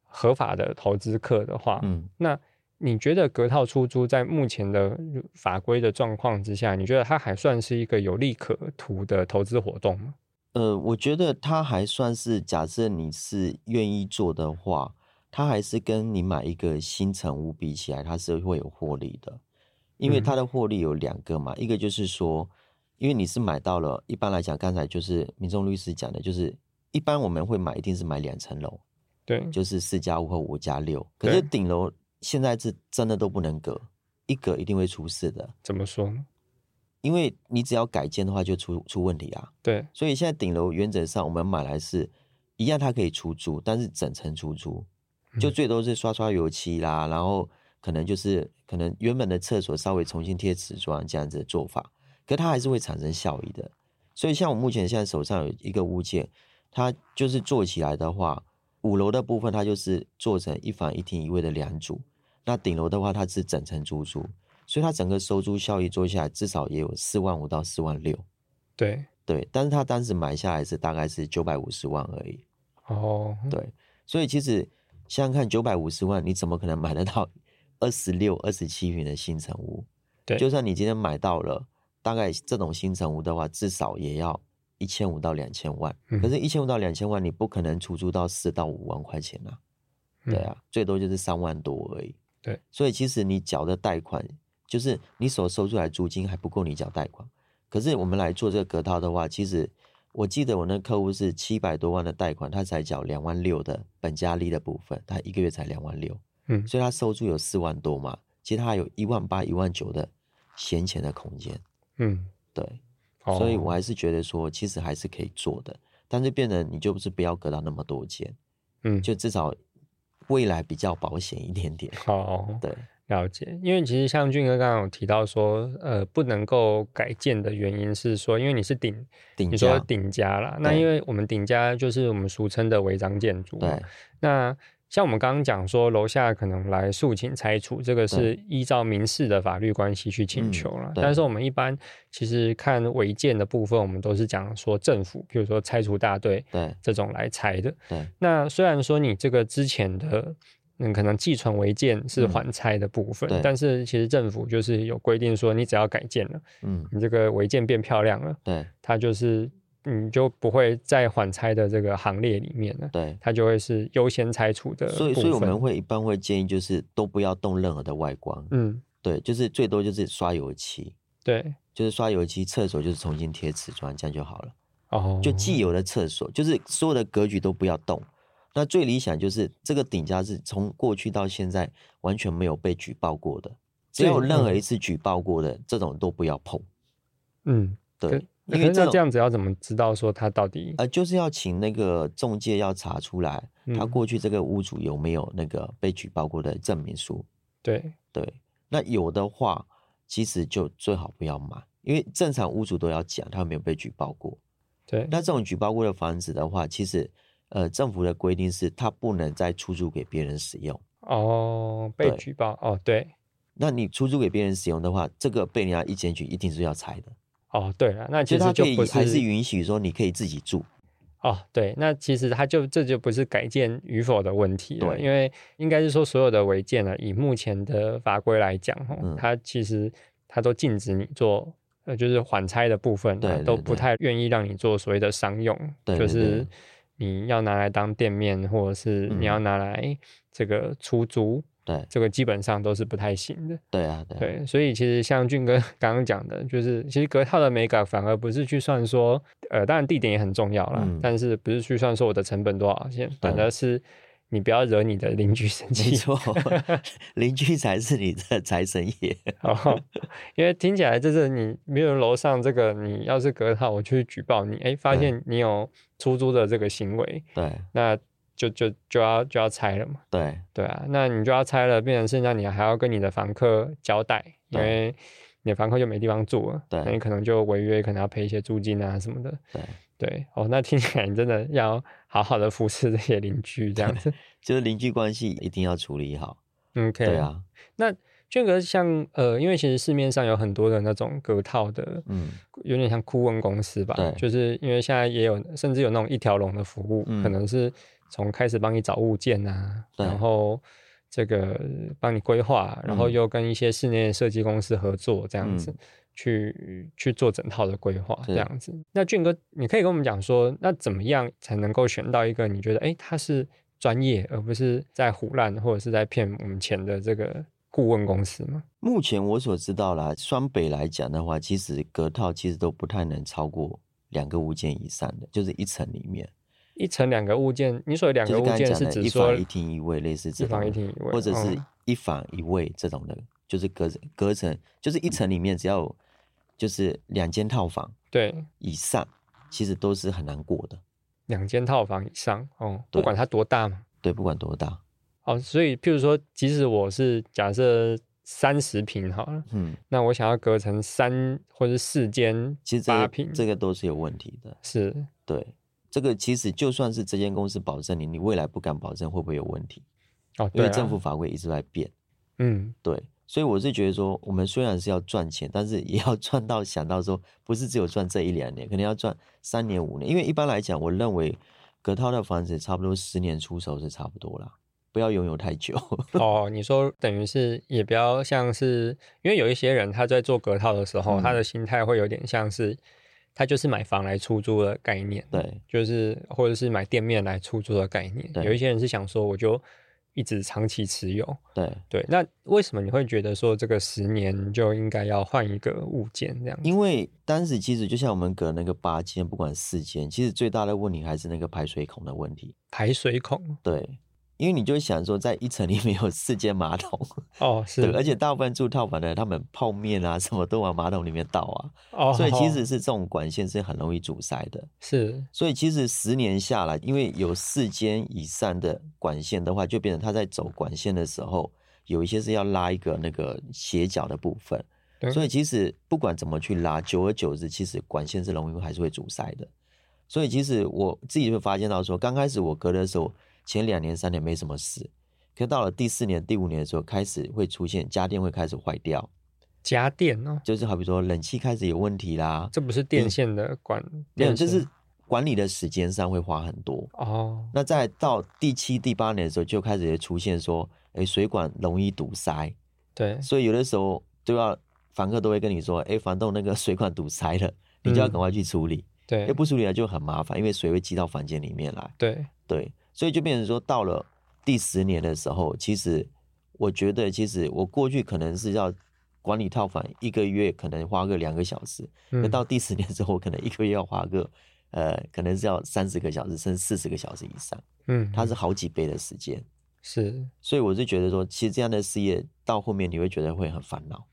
A: 合法的投资客的话，
B: 嗯。
A: 那你觉得隔套出租在目前的法规的状况之下，你觉得它还算是一个有利可图的投资活动吗？
B: 呃，我觉得它还算是，假设你是愿意做的话，它还是跟你买一个新成屋比起来，它是会有获利的，因为它
A: 嗯
B: 的获利有两个嘛，一个就是说，因为你是买到了，一般来讲，刚才就是民众律师讲的，就是一般我们会买，一定是买两层楼，
A: 对，
B: 就是四加五或五加六，可是
A: 对
B: 顶楼现在是真的都不能隔，一隔一定会出事的，
A: 怎么说呢？
B: 因为你只要改建的话就出出问题啊。
A: 对，
B: 所以现在顶楼原则上我们买来是一样，它可以出租，但是整层出租，就
A: 嗯
B: 最多是刷刷油漆啦，然后可能就是可能原本的厕所稍微重新贴瓷砖这样子的做法，可它还是会产生效益的。所以像我目前现在手上有一个物件，它就是做起来的话，五楼的部分它就是做成一房一厅一卫的两组，那顶楼的话它是整层出租，所以它整个收租效益做下来至少也有四万五到四万六，
A: 对，
B: 对，但是他当时买下来是大概是九百五十万而已，
A: 哦，
B: 对，所以其实想想看，九百五十万你怎么可能买得到 二十六、二十七平的新城屋？
A: 对
B: 就算你今天买到了，大概这种新城屋的话，至少也要一千五到两千万。
A: 嗯
B: 可是，一千五到两千万，你不可能出租到四到五万块钱啊。
A: 嗯
B: 对，啊，最多就是三万多而已。
A: 对，
B: 所以其实你缴的贷款，就是你所收出来租金还不够你缴贷款。可是我们来做这个隔套的话，其实我记得我那客户是七百多万的贷款，他才缴两万六的本加利的部分，他一个月才两万六，
A: 嗯
B: 所以他收租有四万多嘛，其实他还有一万八、一万九的闲钱的空间。
A: 嗯，
B: 对，
A: 哦
B: 所以我还是觉得说，其实还是可以做的，但是变成你就不是不要隔到那么多间，
A: 嗯
B: 就至少未来比较保险一点点。
A: 好
B: 对，
A: 了解，因为其实像俊哥刚刚有提到说，呃，不能够改建的原因是说，因为你是顶，
B: 顶
A: 你说
B: 价，
A: 顶家啦，那
B: 对
A: 因为我们顶家就是我们俗称的违章建筑，
B: 对，
A: 那像我们刚刚讲说，楼下可能来诉请拆除，这个是依照民事的法律关系去请
B: 嗯
A: 求啦。
B: 对
A: 但是我们一般其实看违建的部分，我们都是讲说政府，比如说拆除大队
B: 对，
A: 这种来拆的。
B: 对，
A: 那虽然说你这个之前的。嗯，可能寄存违建是
B: 嗯
A: 还拆的部分，
B: 对
A: 但是其实政府就是有规定说，你只要改建了，
B: 嗯，
A: 你这个违建变漂亮了，
B: 对，
A: 它就是你就不会在缓拆的这个行列里面了。
B: 对。
A: 它就会是优先拆除的部分。
B: 所以，所以我们会一般会建议就是都不要动任何的外观，
A: 嗯，
B: 对，就是最多就是刷油漆，
A: 对，
B: 就是刷油漆，厕所就是重新贴瓷砖，这样就好了。
A: 哦，
B: 就既有的厕所，就是所有的格局都不要动。那最理想就是这个顶家是从过去到现在完全没有被举报过的，只
A: 对
B: 要有任何
A: 嗯
B: 一次举报过的、这种都不要碰。
A: 嗯，可
B: 对，
A: 可
B: 因
A: 是
B: 为
A: 那
B: 这
A: 这
B: 种
A: 样子要怎么知道说它到底？
B: 呃，就是要请那个中介要查出来，他
A: 嗯
B: 过去这个屋主有没有那个被举报过的证明书。
A: 对，
B: 对，那有的话，其实就最好不要买，因为正常屋主都要讲他没有被举报过。
A: 对，
B: 那这种举报过的房子的话，其实呃，政府的规定是它不能再出租给别人使用。
A: 哦，被
B: 对
A: 举报，哦，对，
B: 那你出租给别人使用的话，这个被人家一检举，一定是要拆的。
A: 哦，对了，那
B: 其
A: 其
B: 实
A: 实
B: 它
A: 就
B: 可以
A: 不
B: 还是允许说你可以自己住，
A: 哦，对，那其实它就这就不是改建与否的问题了，
B: 对
A: 因为应该是说所有的违建呢，以目前的法规来讲，哦，
B: 嗯
A: 它其实它都禁止你做。呃，就是缓拆的部分、啊，
B: 对对
A: 都不
B: 对
A: 太愿意让你做所谓的商用，
B: 对
A: 就
B: 对对嗯
A: 是你要拿来当店面，或者是你要拿来这个出租，
B: 对
A: 这个基本上都是不太行的。
B: 对啊，对啊
A: 对，所以其实像俊哥 刚刚讲的，就是其实隔套的美感反而不是去算说，呃，当然地点也很重要啦，
B: 嗯
A: 但是不是去算说我的成本多少钱，反
B: 对
A: 而是你不要惹你的邻居生
B: 没
A: 气。
B: 错， 邻居才是你的财神爷。
A: 哦， 因为听起来就是你没有楼上这个，你要是隔套，我去举报你，哎，发
B: 对
A: 现你有出租的这个行为，
B: 对
A: 那就就就要就要拆了嘛。
B: 对
A: 对啊，那你就要拆了，变成是那你还要跟你的房客交代，因
B: 对
A: 为你的房客就没地方住了，
B: 对
A: 那你可能就违约，可能要赔一些租金啊什么的。
B: 对，
A: 对，哦，那听起来你真的要好好的服侍这些邻居这样子。
B: 就是邻居关系一定要处理好。
A: OK，
B: 对。啊，
A: 那俊哥像呃，因为其实市面上有很多的那种隔套的，
B: 嗯
A: 有点像顾问公司吧
B: 对，
A: 就是因为现在也有，甚至有那种一条龙的服务，可
B: 嗯
A: 能是从开始帮你找物件啊，
B: 对
A: 然后这个帮你规划，然后
B: 嗯
A: 又跟一些室内设计公司合作这样子。
B: 嗯
A: 去去做整套的规划，这
B: 是
A: 样子。那俊哥，你可以跟我们讲说，那怎么样才能够选到一个你觉得，哎、他是专业，而不是在胡乱或者是在骗我们钱的这个顾问公司吗？
B: 目前我所知道啦，双北来讲的话，其实隔套其实都不太能超过两个物件以上的，就是一层里面，
A: 一层两个物件，你所谓两
B: 就
A: 个
B: 是
A: 物
B: 刚才
A: 件
B: 讲
A: 是
B: 的
A: 指
B: 一
A: 说
B: 房一厅一卫，类似这
A: 一
B: 种
A: 房
B: 的，
A: 一厅一卫，
B: 或者是
A: 嗯
B: 一房一卫这种的，就是隔隔层，就是一层里面只要有就是两间套房
A: 对
B: 以上，其实都是很难过的。
A: 两间套房以上哦，不
B: 对
A: 管它多大嘛
B: 对，不管多大，
A: 哦，所以譬如说，即使我是假设三十平好了，
B: 嗯，
A: 那我想要隔成三或者四间
B: 其实这
A: 八
B: 个
A: 平，
B: 这个都是有问题的。
A: 是
B: 对，这个其实就算是这间公司保证你，你未来不敢保证会不会有问题，
A: 哦，
B: 因
A: 对、
B: 为
A: 啊，
B: 政府，法规一直在变。
A: 嗯，
B: 对，所以我是觉得说，我们虽然是要赚钱，但是也要赚到想到说，不是只有赚这一两年，可能要赚三年五年。因为一般来讲，我认为隔套的房子差不多十年出手是差不多啦，不要拥有太久。
A: 哦，你说等于是也不要像是，因为有一些人他在做隔套的时候，他
B: 嗯
A: 的心态会有点像是，他就是买房来出租的概念，
B: 对，
A: 就是或者是买店面来出租的概念。
B: 对
A: 有一些人是想说，我就一直长期持有。
B: 对，
A: 对，那为什么你会觉得说这个十年就应该要换一个物件这样子？
B: 因为当时其实就像我们隔那个八间，不管四间，其实最大的问题还是那个排水孔的问题。
A: 排水孔
B: 对，因为你就想说，在一层里面有四间马桶，
A: 哦，是
B: 对，，而且大部分住套房的他们泡面啊什么都往马桶里面倒啊。
A: 哦，
B: 所以其实是这种管线是很容易阻塞的。
A: 是
B: 所以其实十年下来，因为有四间以上的管线的话，就变成它在走管线的时候，有一些是要拉一个那个斜角的部分
A: 对。
B: 所以其实不管怎么去拉，久而久之，其实管线是容易还是会阻塞的。所以其实我自己就发现到说，刚开始我隔的时候，前两年三年没什么事，可到了第四年、第五年的时候，开始会出现家电会开始坏掉，
A: 家电哦，
B: 就是好比说冷气开始有问题啦，
A: 这不是电线的管，
B: 嗯没有，
A: 电
B: 就
A: 线
B: 是管理的时间上会花很多。
A: 哦，
B: 那在到第七、第八年的时候，就开始出现说，哎，水管容易堵塞，
A: 对，
B: 所以有的时候都要房客都会跟你说，哎，房东那个水管堵塞了，你就要
A: 嗯
B: 赶快去处理，
A: 对
B: 要、，不处理了就很麻烦，因为水会积到房间里面来。
A: 对，
B: 对，所以就变成说，到了第十年的时候，其实我觉得，其实我过去可能是要管理套房，一个月可能花个两个小时，那
A: 嗯，
B: 到第十年之后，可能一个月要花个，呃，可能是要三十个小时，甚至四十个小时以上，
A: 嗯，
B: 它是好几倍的时间。
A: 是
B: 所以我是觉得说，其实这样的事业到后面你会觉得会很烦恼。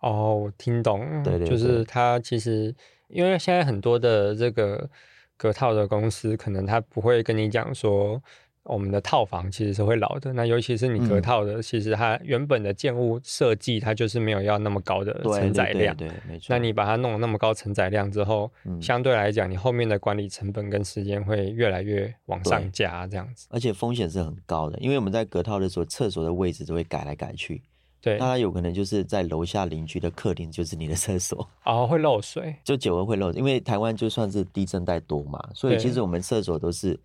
A: 哦，我听懂，
B: 对对
A: 就是
B: 对
A: 它其实因为现在很多的这个隔套的公司，可能它不会跟你讲说。我们的套房其实是会老的，那尤其是你隔
B: 嗯
A: 套的，其实它原本的建物设计，它就是没有要那么高的
B: 对
A: 呃承载
B: 对对
A: 量。
B: 对，没错。
A: 那你把它弄得那么高承载量之后，
B: 嗯
A: 相对来讲，你后面的管理成本跟时间会越来越往
B: 对
A: 上加，这样子。
B: 而且风险是很高的，因为我们在隔套的时候，厕所的位置都会改来改去，
A: 对
B: 那，它有可能就是在楼下邻居的客厅就是你的厕所，
A: 哦，会漏水，
B: 就久了会漏。因为台湾就算是地震带多嘛，所以其
A: 对
B: 实我们厕所都是，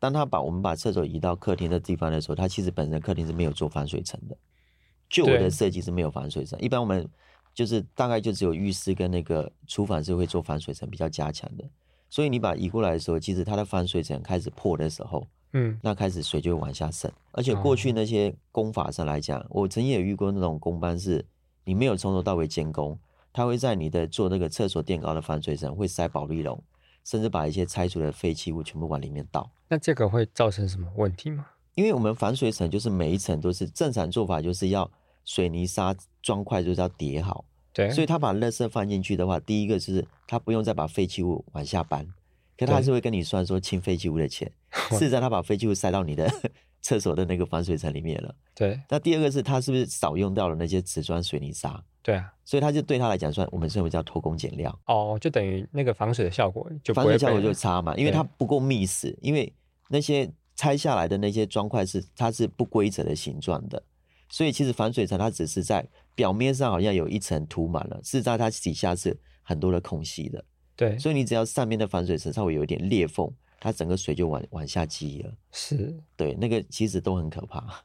B: 当他把我们把厕所移到客厅的地方的时候，它其实本身客厅是没有做防水层的。旧
A: 对
B: 的设计是没有防水层，一般我们就是大概就只有浴室跟那个厨房是会做防水层比较加强的。所以你把移过来的时候，其实它的防水层开始破的时候，
A: 嗯，
B: 那开始水就会往下渗。而且过去那些工法上来讲，我曾经也遇过那种工班是，你没有从头到尾监工，他会在你的做那个厕所垫高的防水层会塞保利龙，甚至把一些拆除的废弃物全部往里面倒。
A: 那这个会造成什么问题吗？
B: 因为我们防水层就是每一层都是正常做法，就是要水泥沙砖块就是要叠好，
A: 对，
B: 所以他把垃圾放进去的话，第一个就是他不用再把废弃物往下搬，可他还
A: 对
B: 是会跟你算说清废弃物的钱，事实上他把废弃物塞到你的厕所的那个防水层里面了。
A: 对
B: 那第二个是他是不是少用掉了那些瓷砖水泥沙，
A: 对啊，
B: 所以他就对他来讲算我们认为叫偷工减料，
A: 哦，就等于那个防水的效果就不
B: 防
A: 会
B: 水效果
A: 被
B: 就差嘛，因为
A: 对
B: 它不够密实，因为那些拆下来的那些砖块是它是不规则的形状的，所以其实防水层它只是在表面上好像有一层涂满了，事实上它底下是很多的空隙的，
A: 对，
B: 所以你只要上面的防水层稍微有一点裂缝，它整个水就往往下积了，
A: 是
B: 对，那个其实都很可怕，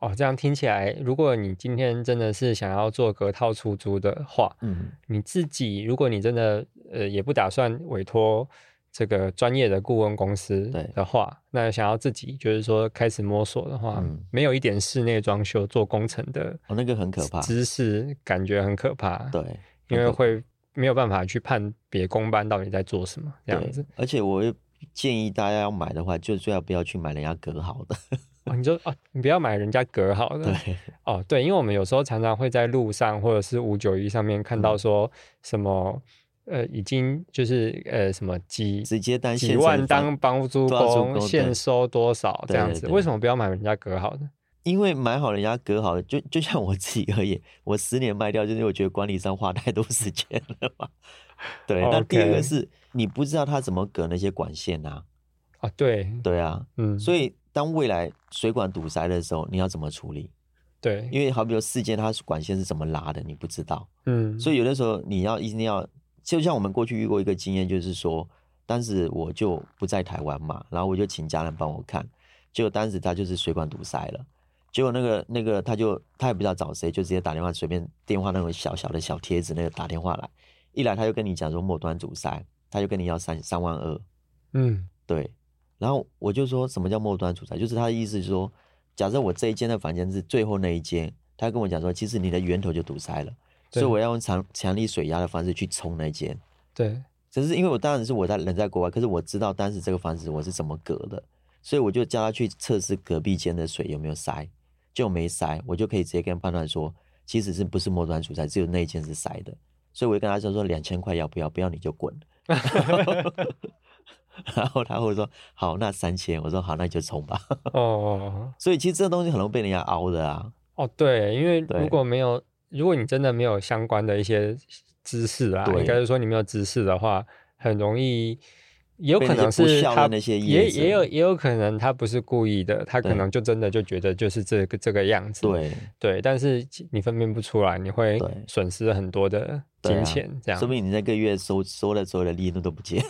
A: 哦。这样听起来，如果你今天真的是想要做隔套出租的话，
B: 嗯，
A: 你自己如果你真的呃也不打算委托这个专业的顾问公司
B: 对
A: 的话，那想要自己就是说开始摸索的话，
B: 嗯
A: 没有一点室内装修做工程的
B: 哦，那个很可怕，
A: 知识，感觉很可怕。
B: 对。
A: 因
B: 很
A: 为
B: 可
A: 会没有办法去判别公班到底在做什么这样
B: 对
A: 子。
B: 而且我会建议大家要买的话，就最好不要去买人家隔好的。
A: 哦，你就哦，你不要买人家隔好的
B: 对，
A: 哦，对，因为我们有时候常常会在路上或者是五九一上面看到
B: 嗯
A: 说什么、呃，已经就是呃什么几
B: 直接单
A: 几
B: 线
A: 万
B: 程
A: 当
B: 房
A: 帮助
B: 帮助
A: 工，
B: 工
A: 现
B: 对
A: 收多少这
B: 对
A: 样
B: 对
A: 子？
B: 对
A: 为什么不要买人家隔好的？
B: 因为买好人家隔好的，就就像我自己而言，我十年卖掉，就是因为我觉得管理上花太多时间了嘛。对，那第二
A: OK
B: 个是你不知道他怎么隔那些管线啊，
A: 啊，对，
B: 对啊，
A: 嗯，
B: 所以当未来水管堵塞的时候，你要怎么处理？
A: 对，
B: 因为好比说事件它管线是怎么拉的，你不知道，
A: 嗯，
B: 所以有的时候你要一定要，就像我们过去遇过一个经验，就是说，当时我就不在台湾嘛，然后我就请家人帮我看，结果当时他就是水管堵塞了，结果那个那个他就他也不知道找谁，就直接打电话，随便电话那种小小的小贴纸那个打电话来，一来他就跟你讲说末端阻塞，他就跟你要三三万二，
A: 嗯，
B: 对，然后我就说什么叫末端主宰，就是他的意思是说，假设我这一间的房间是最后那一间，他跟我讲说，其实你的源头就堵塞了，所以
A: 对
B: 我要用强强力水压的方式去冲那一间。
A: 对，
B: 只是因为我当然是我在人在国外，可是我知道当时这个房子我是怎么隔的，所以我就叫他去测试隔壁间的水有没有塞，就没塞，我就可以直接跟他判断说，其实是不是末端主宰，只有那一间是塞的，所以我就跟他说说两千块要不要，不要你就滚。 然后他会说好，那三千，我说好，那你就冲吧。
A: 哦，
B: 所以其实这东西很容易被人家凹的啊，
A: 哦，对，因为
B: 对
A: 如果没有，如果你真的没有相关的一些知识啊，
B: 对
A: 应该是说你没有知识的话，很容易，也有
B: 被
A: 可
B: 那
A: 能
B: 些不
A: 是
B: 孝的
A: 他
B: 那些
A: 也
B: 业者
A: 也有也有可能他不是故意的，他可
B: 对
A: 能就真的就觉得就是这个这个样子，
B: 对，
A: 对，但是其你分辨不出来，你会
B: 对
A: 损失很多的
B: 对啊
A: 金钱，这样
B: 说。明你那个月收收了所有的利润都不见，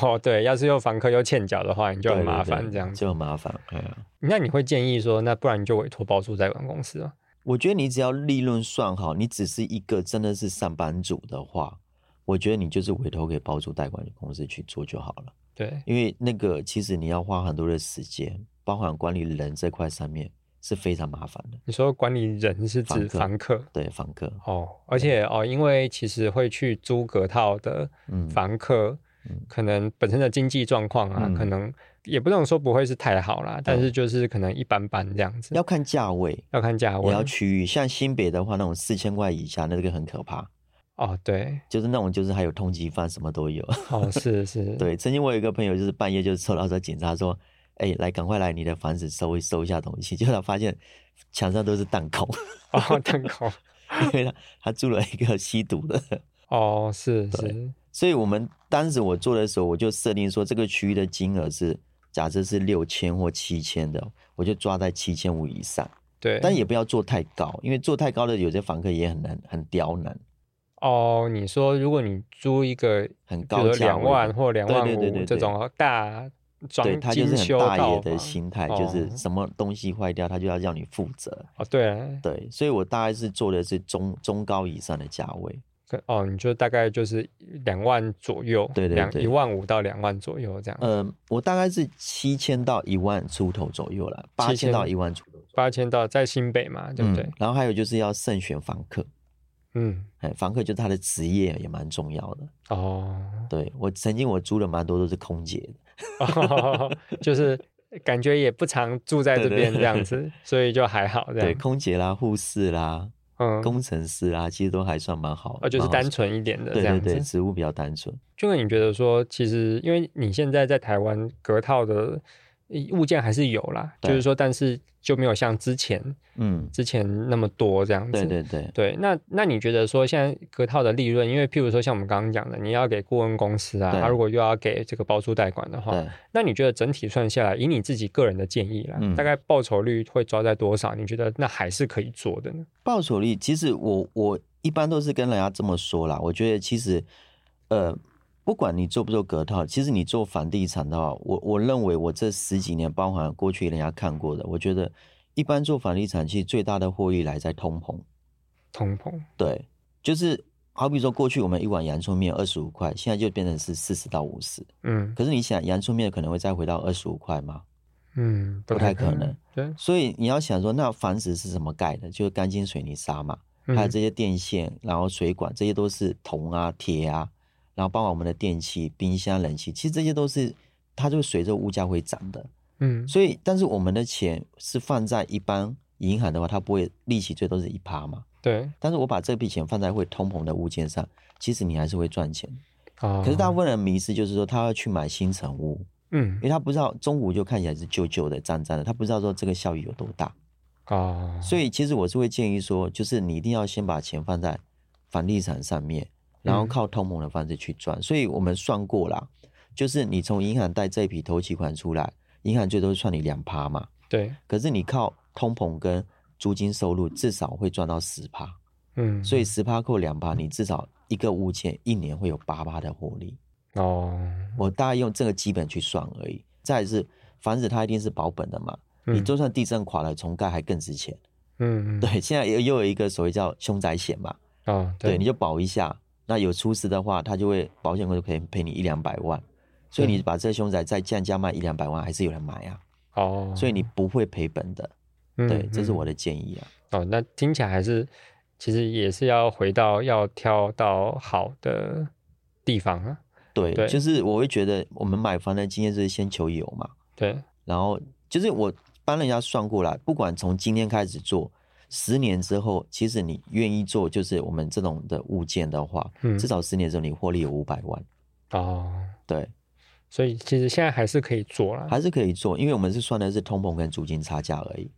A: 哦，对，要是又房客又欠缴的话，你就很
B: 对对
A: 麻
B: 对
A: 烦这样子。
B: 就很麻烦。哎呀
A: 那你会建议说，那不然你就委托包租代管公司啊？
B: 我觉得你只要利润算好，你只是一个真的是上班族的话，我觉得你就是委托给包租代管公司去做就好了。
A: 对，
B: 因为那个其实你要花很多的时间，包含管理人这块上面是非常麻烦的。
A: 你说管理人是指
B: 房客
A: 房客
B: 对，房客，
A: 哦，而且哦，因为其实会去租隔套的
B: 嗯
A: 房客，
B: 嗯
A: 可能本身的经济状况啊，
B: 嗯
A: 可能也不能说不会是太好啦，但
B: 对
A: 是就是可能一般般这样子。
B: 要看价位，
A: 要看价
B: 也
A: 位
B: 要区域。像新北的话，那种四千块以下，那个很可怕，
A: 哦， 对，
B: 就是那种就是还有通缉犯，什么都有。
A: 哦是是，
B: 对，曾经我有一个朋友，就是半夜就收到说警察说，哎、来赶快来你的房子搜一搜一下东西，结果他发现墙上都是弹孔，
A: 哦 蛋糕，
B: 因为他他住了一个吸毒的。
A: 哦是
B: 对
A: 是，
B: 所以我们当时我做的时候，我就设定说这个区域的金额是假设是六千或七千的，我就抓在七千五以上，
A: 对，
B: 但也不要做太高，因为做太高的有些房客也很难很刁难。
A: 哦，你说如果你租一个
B: 很
A: 比如
B: 高
A: 说
B: 价
A: 两
B: 位
A: 万
B: 的
A: 或两
B: 对
A: 万
B: 对对
A: 五
B: 对
A: 这
B: 对
A: 种大装
B: 对他就
A: 精
B: 是很
A: 修
B: 大
A: 道
B: 爷的
A: 房
B: 心态，就是
A: 哦
B: 什么东西坏掉，他就要让你负责。
A: 哦对啊，
B: 对，所以我大概是做的是中中高以上的价位，
A: 可哦，你就大概就是两万左右，
B: 对对
A: 两
B: 对
A: 一万五到两万左右这样，
B: 呃，我大概是七千到一万出头左右了，八千到一万出头，
A: 八千到在新北嘛，对不对
B: 嗯？？然后还有就是要慎选房客，
A: 嗯，
B: 哎，房客就是他的职业也蛮重要的。
A: 哦
B: 对我曾经我租的蛮多都是空姐的，
A: 哦， 就是感觉也不常住在
B: 对
A: 这
B: 对
A: 边这
B: 对
A: 样子，所以就还好这
B: 对，
A: 样，
B: 空姐啦、护士啦、
A: 嗯，
B: 工程师啦，其实都还算蛮好，
A: 哦，就是
B: 蛮好
A: 单纯一点的
B: 对
A: 这
B: 对
A: 样子
B: 对，。职务比较单纯。
A: 俊哥，你觉得说，其实因为你现在在台湾隔套的呃物件还是有啦，就
B: 对
A: 是说，但是就没有像之前
B: 嗯，
A: 之前那么多这样子。
B: 对对对，
A: 对那那你觉得说，现在隔套的利润，因为譬如说像我们刚刚讲的，你要给顾问公司啊，
B: 对
A: 他如果又要给这个包租代管的话，
B: 对，
A: 那你觉得整体算下来，以你自己个人的建议啦，
B: 嗯
A: 大概报酬率会抓在多少？你觉得那还是可以做的呢？
B: 报酬率，其实我我一般都是跟人家这么说啦。我觉得其实，呃，不管你做不做隔套，其实你做房地产的话，我我认为我这十几年，包含过去人家看过的，我觉得一般做房地产，其实最大的获利来在通膨。
A: 通膨
B: 对，就是好比说过去我们一碗洋葱面二十五块，现在就变成是四十到五十。
A: 嗯
B: 可是你想，洋葱面可能会再回到二十五块吗？
A: 嗯，
B: 不太可能。
A: 对，
B: 所以你要想说，那房子是怎么盖的？就是钢筋水泥沙嘛。还有
A: 嗯
B: 这些电线，然后水管，这些都是铜啊、铁啊，然后包括我们的电器、冰箱、冷气，其实这些都是它就随着物价会涨的。
A: 嗯
B: 所以，但是我们的钱是放在一般银行的话，它不会利息最多是一趴嘛。
A: 对
B: 但是我把这笔钱放在会通膨的物件上，其实你还是会赚钱。
A: 啊，
B: 可是大部分人迷失就是说，他要去买新成屋，
A: 嗯
B: 因为他不知道中古就看起来是旧旧的、脏脏的，他不知道说这个效益有多大。
A: 哦，
B: 所以其实我是会建议说，就是你一定要先把钱放在房地产上面，然后
A: 嗯
B: 靠通膨的方式去赚。所以我们算过啦，就是你从银行贷这一笔头期款出来，银行最多算你两趴嘛，
A: 对，
B: 可是你靠通膨跟租金收入至少会赚到十趴，
A: 嗯，
B: 所以十趴扣两趴，你至少一个物件一年会有八趴的获利。
A: 哦，
B: 我大概用这个基本去算而已。再来是房子它一定是保本的嘛，
A: 嗯
B: 你就算地震垮了重盖还更值钱。
A: 嗯嗯，
B: 对，现在又又有一个所谓叫凶宅险嘛，
A: 啊，
B: 对，
A: 对，
B: 你就保一下，那有出事的话，它就会保险公司可以赔你一两百万。所以
A: 嗯
B: 你把这凶宅再降价卖一两百万，还是有人买啊，
A: 哦，
B: 所以你不会赔本的。
A: 嗯
B: 对，这是
A: 嗯
B: 我的建议啊。
A: 哦，那听起来还是其实也是要回到要挑到好的地方啊。
B: 对，
A: 对
B: 就是我会觉得我们买房的经验就是先求有嘛，
A: 对，
B: 然后就是我帮人家算过来，不管从今天开始做，十年之后，其实你愿意做，就是我们这种的物件的话，
A: 嗯
B: 至少十年之后你获利有五百万，
A: 哦，
B: 对，
A: 所以其实现在还是可以做啦。
B: 还是可以做，因为我们是算的是通膨跟租金差价而已。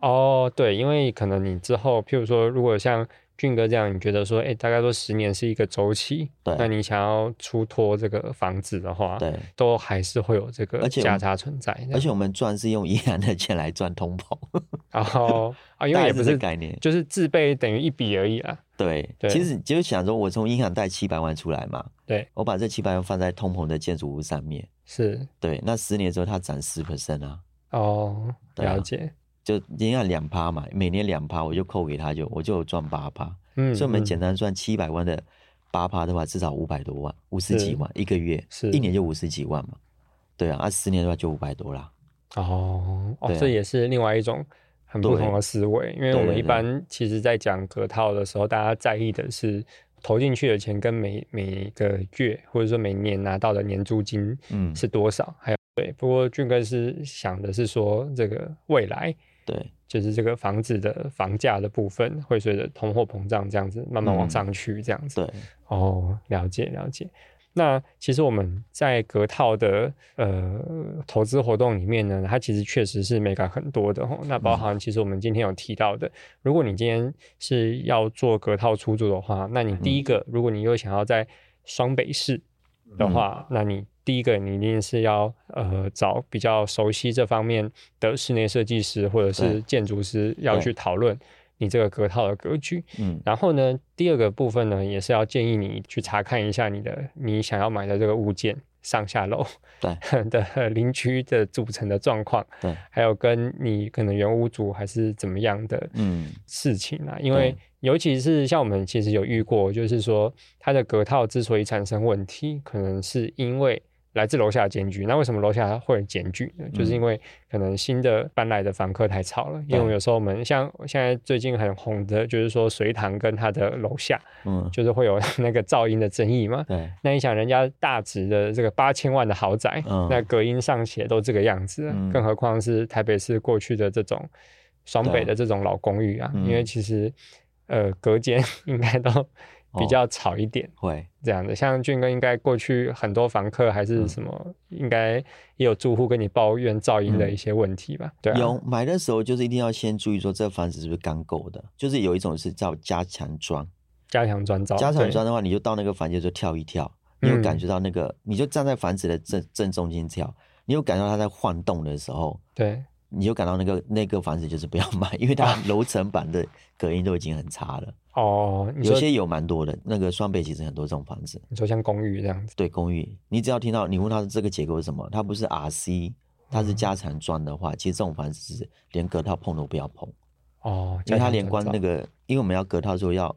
A: 哦，对，因为可能你之后，譬如说，如果像俊哥这样，你觉得说，哎，大概说十年是一个周期，
B: 对
A: 那你想要出脱这个房子的话，
B: 对，
A: 都还是会有这个
B: 而且我
A: 价
B: 们
A: 差存在这样。
B: 而且我们赚是用银行的钱来赚通膨，
A: 然后啊，因
B: 大
A: 为也
B: 概是
A: 不
B: 这
A: 是
B: 概念
A: 就是自备等于一笔而已啦。
B: 对，
A: 对
B: 其实就想说我从银行贷七百万出来嘛，
A: 对，
B: 我把这七百万放在通膨的建筑物上面，
A: 是
B: 对，那十年之后它涨十 percent 啊，
A: 哦，
B: 对啊
A: 了解。
B: 就银行两趴嘛，每年两趴我就扣给他就我就有赚八趴，
A: 嗯，
B: 所以我们
A: 嗯
B: 简单算七百万的八趴的话，至少五百多万，五十几万一个月，
A: 是
B: 一年就五十几万嘛，对啊，啊十年的话就五百多啦，
A: 哦，哦，
B: 对
A: 这
B: 啊
A: 也是另外一种很不
B: 对
A: 同的思维，因为我
B: 对
A: 们
B: 对
A: 一
B: 对
A: 般其实在讲隔套的时候，大家在意的是投进去的钱跟每每个月或者说每年拿到的年租金
B: 嗯
A: 是多少，还有对。不过俊哥是想的是说这个未来。
B: 对
A: 就是这个房子的房价的部分会随着通货膨胀这样子慢慢往
B: 嗯
A: 上去，这样子。
B: 对，
A: 哦，了解了解。那其实我们在隔套的呃投资活动里面呢，它其实确实是 mega 很多的哦。那
B: 嗯
A: 包含其实我们今天有提到的，如果你今天是要做隔套出租的话，那你
B: 嗯
A: 第一个，如果你又想要在双北市的
B: 嗯
A: 话，那你第一个你一定是要呃找比较熟悉这方面的室内设计师或者是
B: 对
A: 建筑师要
B: 对
A: 去讨论你这个隔套的格局。
B: 嗯
A: 然后呢，第二个部分呢，也是要建议你去查看一下你的你想要买的这个物件上下楼
B: 对
A: 的邻居的组成的状况，
B: 对，
A: 还有跟你可能原屋主还是怎么样的
B: 嗯
A: 事情啊。因为
B: 对
A: 尤其是像我们其实有遇过，就是说它的隔套之所以产生问题，可能是因为。来自楼下的检举，那为什么楼下会有检举呢？就是因为可能新的搬来的房客太吵了，因为
B: 嗯对
A: 有时候我们像现在最近很红的，就是说隋唐跟它的楼下，
B: 嗯，
A: 就是会有 那个噪音的争议嘛。
B: 对
A: 那你想，人家大直的这个八千万的豪宅，
B: 嗯
A: 那隔音上写都这个样子，
B: 嗯
A: 更何况是台北市过去的这种双
B: 对
A: 北
B: 啊
A: 的这种老公寓啊？
B: 嗯
A: 因为其实呃隔间 应该都
B: 哦
A: 比较吵一点。
B: 会，
A: 这样的，像俊哥应该过去很多房客还
B: 嗯
A: 是什么，应该也有住户跟你抱怨噪音的一些问题吧？对啊，
B: 嗯有买的时候就是一定要先注意说这房子是不是钢构的，就是有一种是叫加强砖，
A: 加强砖造，
B: 加强
A: 哦对
B: 砖的话，你就到那个房间就跳一跳，你有
A: 嗯
B: 感觉到那个，你就站在房子的正正中间跳，你有感觉到它在晃动的时候，
A: 对，
B: 你就感到那个那个房子就是不要买，因为
A: 啊
B: 它楼层版的隔音都已经很差了。
A: 哦，你
B: 有
A: 说
B: 些有蛮多的，那个双北其实很多这种房子，
A: 你说像公寓这样子，
B: 对公寓，你只要听到你问他这个结构是什么，它不是 RC，它
A: 嗯
B: 是加长砖的话，其实这种房子是连隔套碰都不要碰，
A: 哦，
B: 因为
A: 加
B: 它
A: 强
B: 连
A: 砖
B: 关
A: 造
B: 那个，因为我们要隔套之后要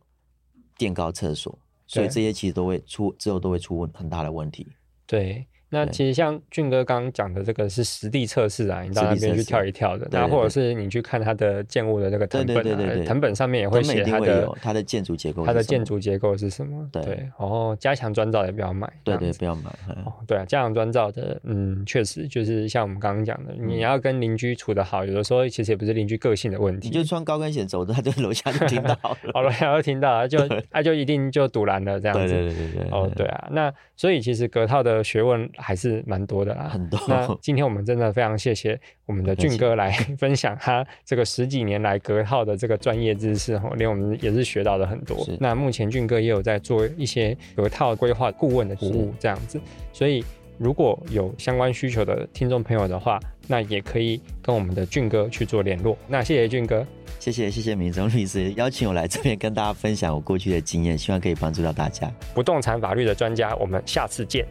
B: 垫高厕所，所以
A: 对
B: 这些其实都会出之后都会出很大的问题。
A: 对，那
B: 对
A: 其实像俊哥刚刚讲的这个是实地测试啊，你到
B: 实
A: 那
B: 地
A: 边
B: 测
A: 去
B: 试
A: 跳一跳的，
B: 对
A: 那
B: 对
A: 或者
B: 对
A: 是你去看它的建物的那个
B: 对
A: 藤
B: 对
A: 本
B: 对对
A: 啊，
B: 对，
A: 藤本上面也
B: 他
A: 会
B: 们一
A: 写
B: 定
A: 它
B: 会
A: 的
B: 有它的建筑结构是什
A: 它
B: 么，
A: 的建筑结构是什么，
B: 对
A: 对，哦，加强砖造也不要买，这
B: 对
A: 样
B: 对，
A: 子
B: 不要买。嗯
A: 哦，对啊，家长专照的，嗯，确实就是像我们刚刚讲的，
B: 嗯
A: 你要跟邻居处得好，有的时候其实也不是邻居个性的问
B: 你
A: 题。
B: 就穿高跟鞋走，他就 楼下就听到
A: 好
B: 了。
A: 了，然后听到啊，就啊就一定就堵拦了这样
B: 对
A: 子。
B: 对对对对，
A: 哦，对啊，那所以其实隔套的学问还是蛮多的啦，
B: 很多
A: 那今天我们真的非常谢谢我们的俊哥来分享他这个十几年来隔套的这个专业知识哦，连我们也是学到了很多
B: 是。
A: 那目前俊哥也有在做一些隔套规划顾问的服务这样子，所以。如果有相关需求的听众朋友的话，那也可以跟我们的俊哥去做联络。那谢谢俊哥，
B: 谢谢谢谢明忠律师邀请我来这边跟大家分享我过去的经验，希望可以帮助到大家。
A: 不动产法律的专家，我们下次见。